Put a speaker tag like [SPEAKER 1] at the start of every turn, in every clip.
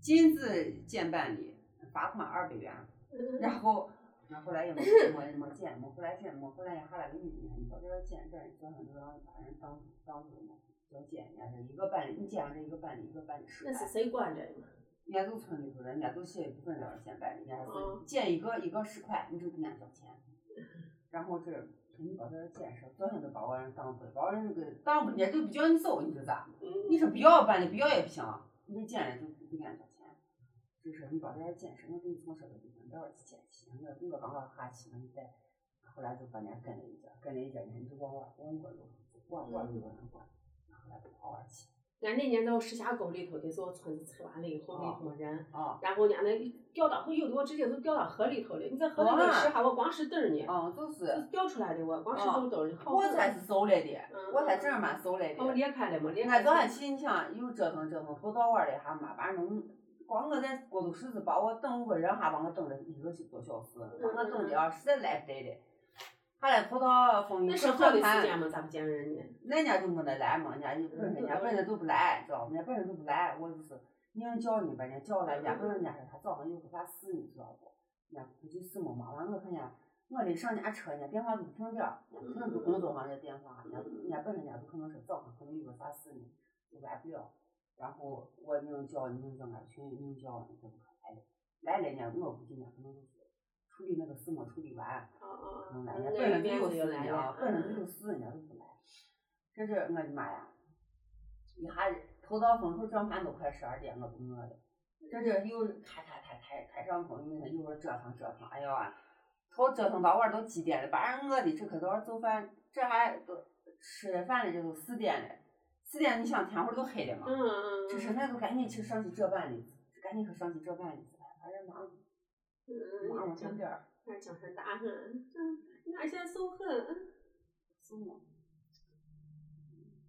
[SPEAKER 1] 金字见办理，罚款二百元。然后，然后后来也没没没见，没回来见，没回来也哈了个意思呢。你到这儿见这儿，你想想这帮把人当当什么？要见人家是一个办理，你见上这一个办理，一个办理失败
[SPEAKER 2] 那。是谁惯着你们？
[SPEAKER 1] 人家都村里头人，人家都写不分人现在人家
[SPEAKER 2] 嗯
[SPEAKER 1] 是见一个一个十块，你就跟人家交 钱。然后这你把这建设，昨天都把我人当不，把我人那个当不，人家都不叫你走，你知咋？你
[SPEAKER 2] 嗯，
[SPEAKER 1] 是不要办的，不要也不行，你这见人就不给人家交钱。就是你把这人建设，我给你从这个地方这儿捡起，我我刚刚哈起，你再后来就把人家跟了一家，跟了一家，人家就往我往我路，往我路上过，然后来就跑我啊去。
[SPEAKER 2] 俺那年到石峡沟里头，得是我村子拆完了以后那一帮人，
[SPEAKER 1] 啊，
[SPEAKER 2] 然后人家那掉到，有的我直接都掉到河里头了。你在河里头吃哈，我光是蹬儿呢，
[SPEAKER 1] 嗯，就是。
[SPEAKER 2] 就掉出来的我，光是
[SPEAKER 1] 啊
[SPEAKER 2] 兜兜儿的，好
[SPEAKER 1] 我
[SPEAKER 2] 多
[SPEAKER 1] 才是走来的，
[SPEAKER 2] 嗯
[SPEAKER 1] 我才正儿八经走来
[SPEAKER 2] 他们
[SPEAKER 1] 的。
[SPEAKER 2] 裂开了嘛，裂
[SPEAKER 1] 你
[SPEAKER 2] 开
[SPEAKER 1] 看早上
[SPEAKER 2] 了。
[SPEAKER 1] 起，你想啊又折腾折腾，头到晚的还嘛，反正光我在过渡室子把我等个人还把我等了一个多小时，
[SPEAKER 2] 嗯
[SPEAKER 1] 把我等的啊实在来不得的。后来葡萄风一
[SPEAKER 2] 那
[SPEAKER 1] 正
[SPEAKER 2] 上课的时间
[SPEAKER 1] 看，
[SPEAKER 2] 嘛，咋不见嗯人呢？
[SPEAKER 1] 人家就没得来嘛，人家一问人家问人都不来，知道吗？人家问人都不来，我就是硬叫你把人家叫来，人
[SPEAKER 2] 嗯
[SPEAKER 1] 家问人家说他早上有个啥事，你知道不？人家估计是没忙，完我看人家。我得上人家车，人家电话都不听点儿，人家可能都工作上的电话，人家人家本身人家都可能是早上可能有个啥事呢，就来不了。然后我宁叫宁叫俺去，宁叫你这不可来了，来了呢，我估计人家可能就是处理那个事没处理完，
[SPEAKER 2] 啊啊
[SPEAKER 1] 可
[SPEAKER 2] 啊
[SPEAKER 1] 能来，
[SPEAKER 2] 那
[SPEAKER 1] 人家本身就
[SPEAKER 2] 边
[SPEAKER 1] 有
[SPEAKER 2] 子又
[SPEAKER 1] 事
[SPEAKER 2] 来
[SPEAKER 1] 呢啊
[SPEAKER 2] 了，，
[SPEAKER 1] 本身就有事人家都不来。这是我的妈呀！一下头到风头转盘都快十二点，我都饿了。这这又开开开开开上风，你看一会儿折腾折腾，哎呀，头折腾到晚都几点了，把人饿的这可都要做饭，这还都吃饭了，这都四点了。四点你想天会儿都黑了嘛？
[SPEAKER 2] 嗯嗯，
[SPEAKER 1] 这是那就赶紧去上去折半里，赶紧去上去折半里，反正忙忙
[SPEAKER 2] 嗯
[SPEAKER 1] 往前边儿，
[SPEAKER 2] 那精神大很，嗯，那些受恨，
[SPEAKER 1] 是吗？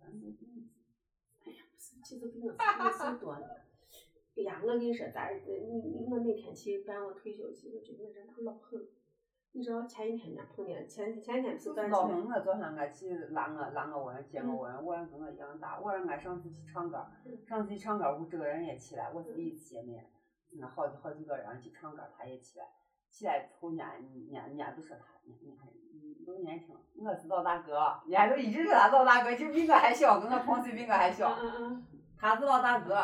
[SPEAKER 1] 嗯
[SPEAKER 2] 其实比我想的多了。哎呀，我跟你说，咱你你我那天去办我退休去，我觉得这俩老狠。你知道前一天家碰见，前前天不是断
[SPEAKER 1] 老
[SPEAKER 2] 出来，
[SPEAKER 1] 公，我昨天俺去拉我拉我娃接我娃，我娃跟我一样大，我让俺上次去唱歌，上次去唱歌，我这个人也起来，我是第一次见面，那好几好几个人去唱歌，他也起来，起来之后人家人家人家都说他，人家嗯都年轻，我是老大哥，人家都一直说他老大哥，就比我还小，跟我同岁比我还小。
[SPEAKER 2] 嗯嗯
[SPEAKER 1] 他是老大哥，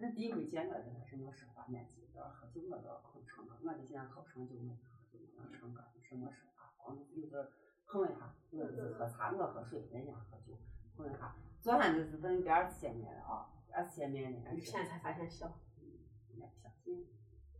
[SPEAKER 1] 那第一回见我真的是没说话，啊面子要喝酒我都要空唱歌，我就现在好唱酒，我就喝酒，我要唱歌，什么说话，光有时候碰一下，我就是喝茶，我喝水，人家喝酒，碰一下。昨天就是等第二次见面了啊，第二次见面呢，
[SPEAKER 2] 嗯，现在才发现小。
[SPEAKER 1] 人家嗯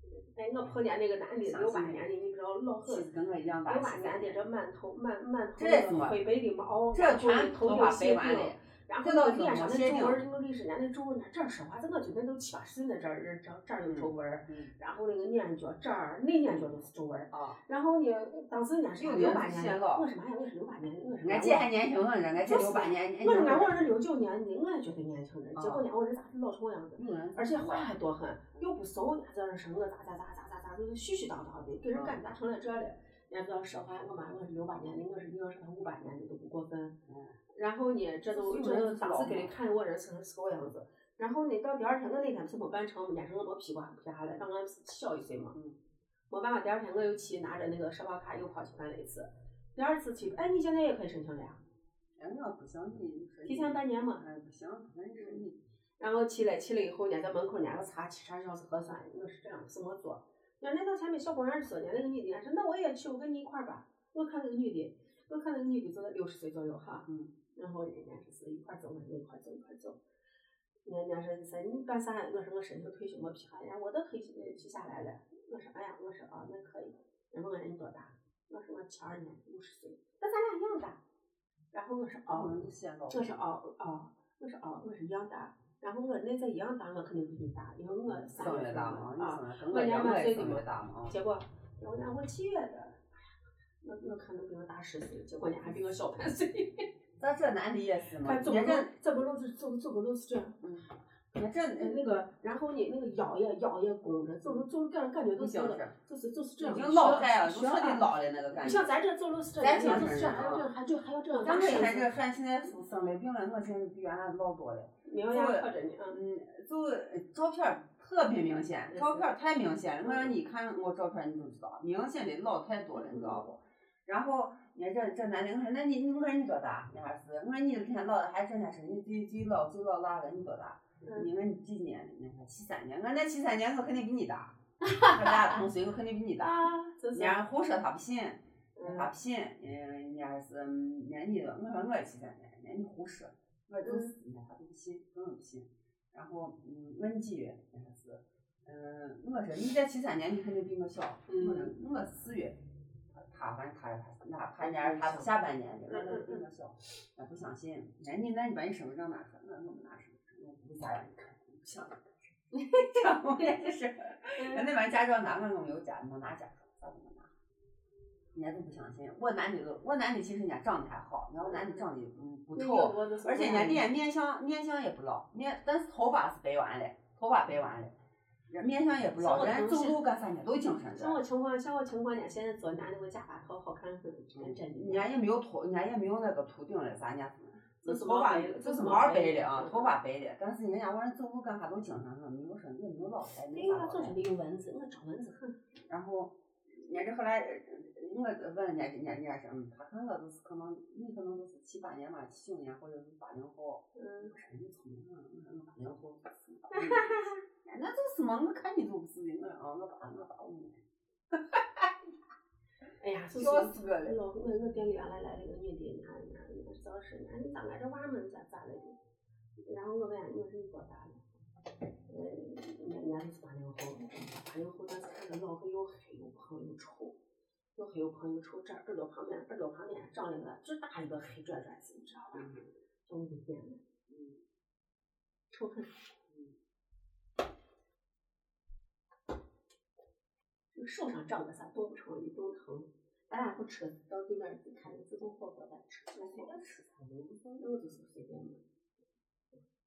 [SPEAKER 1] 不相信，
[SPEAKER 2] 哎，我碰见那个男的，六八年的，你不知道老
[SPEAKER 1] 其
[SPEAKER 2] 狠
[SPEAKER 1] 实。跟我一样大
[SPEAKER 2] 六，八年的这满头满满头
[SPEAKER 1] 这是什么
[SPEAKER 2] 灰白的毛，
[SPEAKER 1] 这全
[SPEAKER 2] 全
[SPEAKER 1] 头
[SPEAKER 2] 头
[SPEAKER 1] 发
[SPEAKER 2] 有
[SPEAKER 1] 白
[SPEAKER 2] 些
[SPEAKER 1] 完
[SPEAKER 2] 病
[SPEAKER 1] 了。，
[SPEAKER 2] 然后
[SPEAKER 1] 这
[SPEAKER 2] 那
[SPEAKER 1] 倒
[SPEAKER 2] 个
[SPEAKER 1] 是
[SPEAKER 2] 脸上
[SPEAKER 1] 我
[SPEAKER 2] 那
[SPEAKER 1] 确定
[SPEAKER 2] 皱纹儿，我跟你说，人家那皱纹儿，这儿说话，怎么觉得都七八十了？这儿这儿这儿这儿有皱纹儿，
[SPEAKER 1] 嗯
[SPEAKER 2] 然后那个眼角这儿那眼角都是皱纹儿。
[SPEAKER 1] 啊，
[SPEAKER 2] 然后呢，当时人家是
[SPEAKER 1] 有的
[SPEAKER 2] 六八
[SPEAKER 1] 人是
[SPEAKER 2] 年
[SPEAKER 1] 显
[SPEAKER 2] 的，
[SPEAKER 1] 老
[SPEAKER 2] 我是妈呀，我是六八年的，我是
[SPEAKER 1] 俺
[SPEAKER 2] 俺
[SPEAKER 1] 姐还年轻呢，俺姐六八年，
[SPEAKER 2] 我是俺啊我是六九年的，我也觉得年轻人，结果呢，我人咋是老成样子？
[SPEAKER 1] 有人
[SPEAKER 2] 而且话还多狠，又不熟，人家在那说我咋咋咋咋咋咋，就是絮絮叨叨的，给人感觉咋成了这了。人家不要说话，我妈我是六八年的，我是你要说他五八年的都不过分。然后呢，这都这都当时给人看我人是是个样子。然后呢，到第二天我那天不是没办成，人家说我没批瓜批下来，让俺小一岁嘛。
[SPEAKER 1] 嗯
[SPEAKER 2] 没办法，第二天我又去拿着那个社保卡又跑去办了一次。第二次去，哎，你现在也可以申请了呀，
[SPEAKER 1] 人家不相信，
[SPEAKER 2] 提前半年嘛。
[SPEAKER 1] 哎不行，不能是你。
[SPEAKER 2] 然后去了去了以后，人家在门口人家要查七十二小时核酸，我是这样是没做。人家到前面小公园说，人家那个女的，人家说那我也去，我跟你一块儿吧。我看那个女的，我看那个女的走到六十岁左右哈，
[SPEAKER 1] 嗯
[SPEAKER 2] 然后人家是一块儿走，我说一块儿走一块儿走。人家说说你干啥？我说我申请退休没批下来，我都退休批下来了。我说哎呀，我说啊那可以。人问我哎你多大？我说我七二年五十岁。那咱俩一样大。然后我说哦，
[SPEAKER 1] 哦，显老。
[SPEAKER 2] 这是哦哦，我是哦，我是一样大。然后我那在一样大，我肯定比你大，因为我三
[SPEAKER 1] 上
[SPEAKER 2] 月
[SPEAKER 1] 月
[SPEAKER 2] 份
[SPEAKER 1] 大
[SPEAKER 2] 嘛
[SPEAKER 1] 忙，
[SPEAKER 2] 啊。
[SPEAKER 1] 你生了跟我一样，我也上月大忙。
[SPEAKER 2] 结果人家我七月的，我我看能比我大十岁，结果人家还比我小 半岁。
[SPEAKER 1] 咱这男的也是嘛，
[SPEAKER 2] 看
[SPEAKER 1] 人
[SPEAKER 2] 走个
[SPEAKER 1] 家
[SPEAKER 2] 路，走个路是走走个路是这样，
[SPEAKER 1] 人家
[SPEAKER 2] 呃那个，然后呢，那个腰也腰也弓着，走路走路感感觉都是这
[SPEAKER 1] 不
[SPEAKER 2] 个
[SPEAKER 1] 像是
[SPEAKER 2] 就是就是这
[SPEAKER 1] 已
[SPEAKER 2] 样，
[SPEAKER 1] 经老
[SPEAKER 2] 学
[SPEAKER 1] 态了，都
[SPEAKER 2] 学
[SPEAKER 1] 彻底
[SPEAKER 2] 啊
[SPEAKER 1] 老了那个感
[SPEAKER 2] 你
[SPEAKER 1] 觉
[SPEAKER 2] 像。咱这走路是这
[SPEAKER 1] 咱
[SPEAKER 2] 样，
[SPEAKER 1] 像
[SPEAKER 2] 人家就是
[SPEAKER 1] 是
[SPEAKER 2] 这样，还
[SPEAKER 1] 啊
[SPEAKER 2] 要这样，还就还要这样
[SPEAKER 1] 咱
[SPEAKER 2] 打
[SPEAKER 1] 们
[SPEAKER 2] 身
[SPEAKER 1] 看这
[SPEAKER 2] 子，
[SPEAKER 1] 汗现在生生了病了，我现在比原来老多了。
[SPEAKER 2] 嗯没有人靠着你啊。
[SPEAKER 1] 嗯，就照片特别明显，
[SPEAKER 2] 嗯
[SPEAKER 1] 照片儿太明显了。我让你看我照片，你就知道，明显的老太多了，你知道不？然后你看这这男的，我说那你你我说你多大？你还是我说你这天老还整天说你最最老最老辣了，你多大？
[SPEAKER 2] 嗯
[SPEAKER 1] 你问你几几年的？你看七三年，我说那七三年我肯定比你大，我俩同岁，我肯定比你大。
[SPEAKER 2] 啊，真
[SPEAKER 1] 人
[SPEAKER 2] 是，
[SPEAKER 1] 家胡说他不信，他
[SPEAKER 2] 嗯
[SPEAKER 1] 不信，嗯，人家是，嗯人家你，我说我也七三年，人家你胡说，我就是，人家他都不信，根本不信。然后，嗯，问几月，人家是，嗯，我说你在七三年，你肯定比我小，我说我四月，他反正他他那他人家他是下半年的，我说比我小，他不相信，人家那你把你身份证拿出来，我说我没拿身份证，我不啥让你看，我不想让你看，这我也是。人家玩驾照拿我，我没有驾，没拿驾照，咋都没拿？人家都不相信。我男的都，我男的其实人家长得还好，然后男的长得嗯不丑，而且人家脸面相面相也不老，面但是头发是白完了，头发白完了，人面相也不老，人家走路干啥人家都精神
[SPEAKER 2] 像
[SPEAKER 1] 的，
[SPEAKER 2] 我情况，像我情况，人家现在做男的，我假发头好看很，很真
[SPEAKER 1] 人家也没有头，人家也没有那个秃顶了啥，人家。
[SPEAKER 2] 就是
[SPEAKER 1] 头发
[SPEAKER 2] 毛白
[SPEAKER 1] 就是
[SPEAKER 2] 毛
[SPEAKER 1] 毛白
[SPEAKER 2] 白
[SPEAKER 1] 的啊，
[SPEAKER 2] 嗯
[SPEAKER 1] 头发白的，但是人家往人走路干啥都精神上，没有说也没有老态，没
[SPEAKER 2] 因
[SPEAKER 1] 啥
[SPEAKER 2] 为他
[SPEAKER 1] 老
[SPEAKER 2] 总
[SPEAKER 1] 态
[SPEAKER 2] 是得有蚊子，我招蚊子很。
[SPEAKER 1] 然后，人家这后来，呃我问人家，人家人家说，嗯，他看我就是可能，你可能就是七八年吧，七九年或者是八零后。
[SPEAKER 2] 嗯
[SPEAKER 1] 我，说你聪明啊，我说我八零后不是八五年，人家就是嘛，我看你就不是的，我说啊，我八我八五年，
[SPEAKER 2] 哎呀，就是
[SPEAKER 1] 笑死我
[SPEAKER 2] 哎
[SPEAKER 1] 了。
[SPEAKER 2] 呦，我我店里原来来了个女的，你看你看，你看当时，哎，你咋来这娃们咋咋来的？然后我问，我说你多大了？嗯，人家就是八零后，八零后，但是看着老黑又黑又胖又丑，又黑又胖又丑，这耳朵旁边耳朵旁边长了个最大一个黑拽拽子，你知道吧？就五点了，嗯，臭很。这个手上长个啥动不成，一动疼。咱俩不吃，到对面去开个自助火锅咱吃，咱随便吃，我就是随便嘛。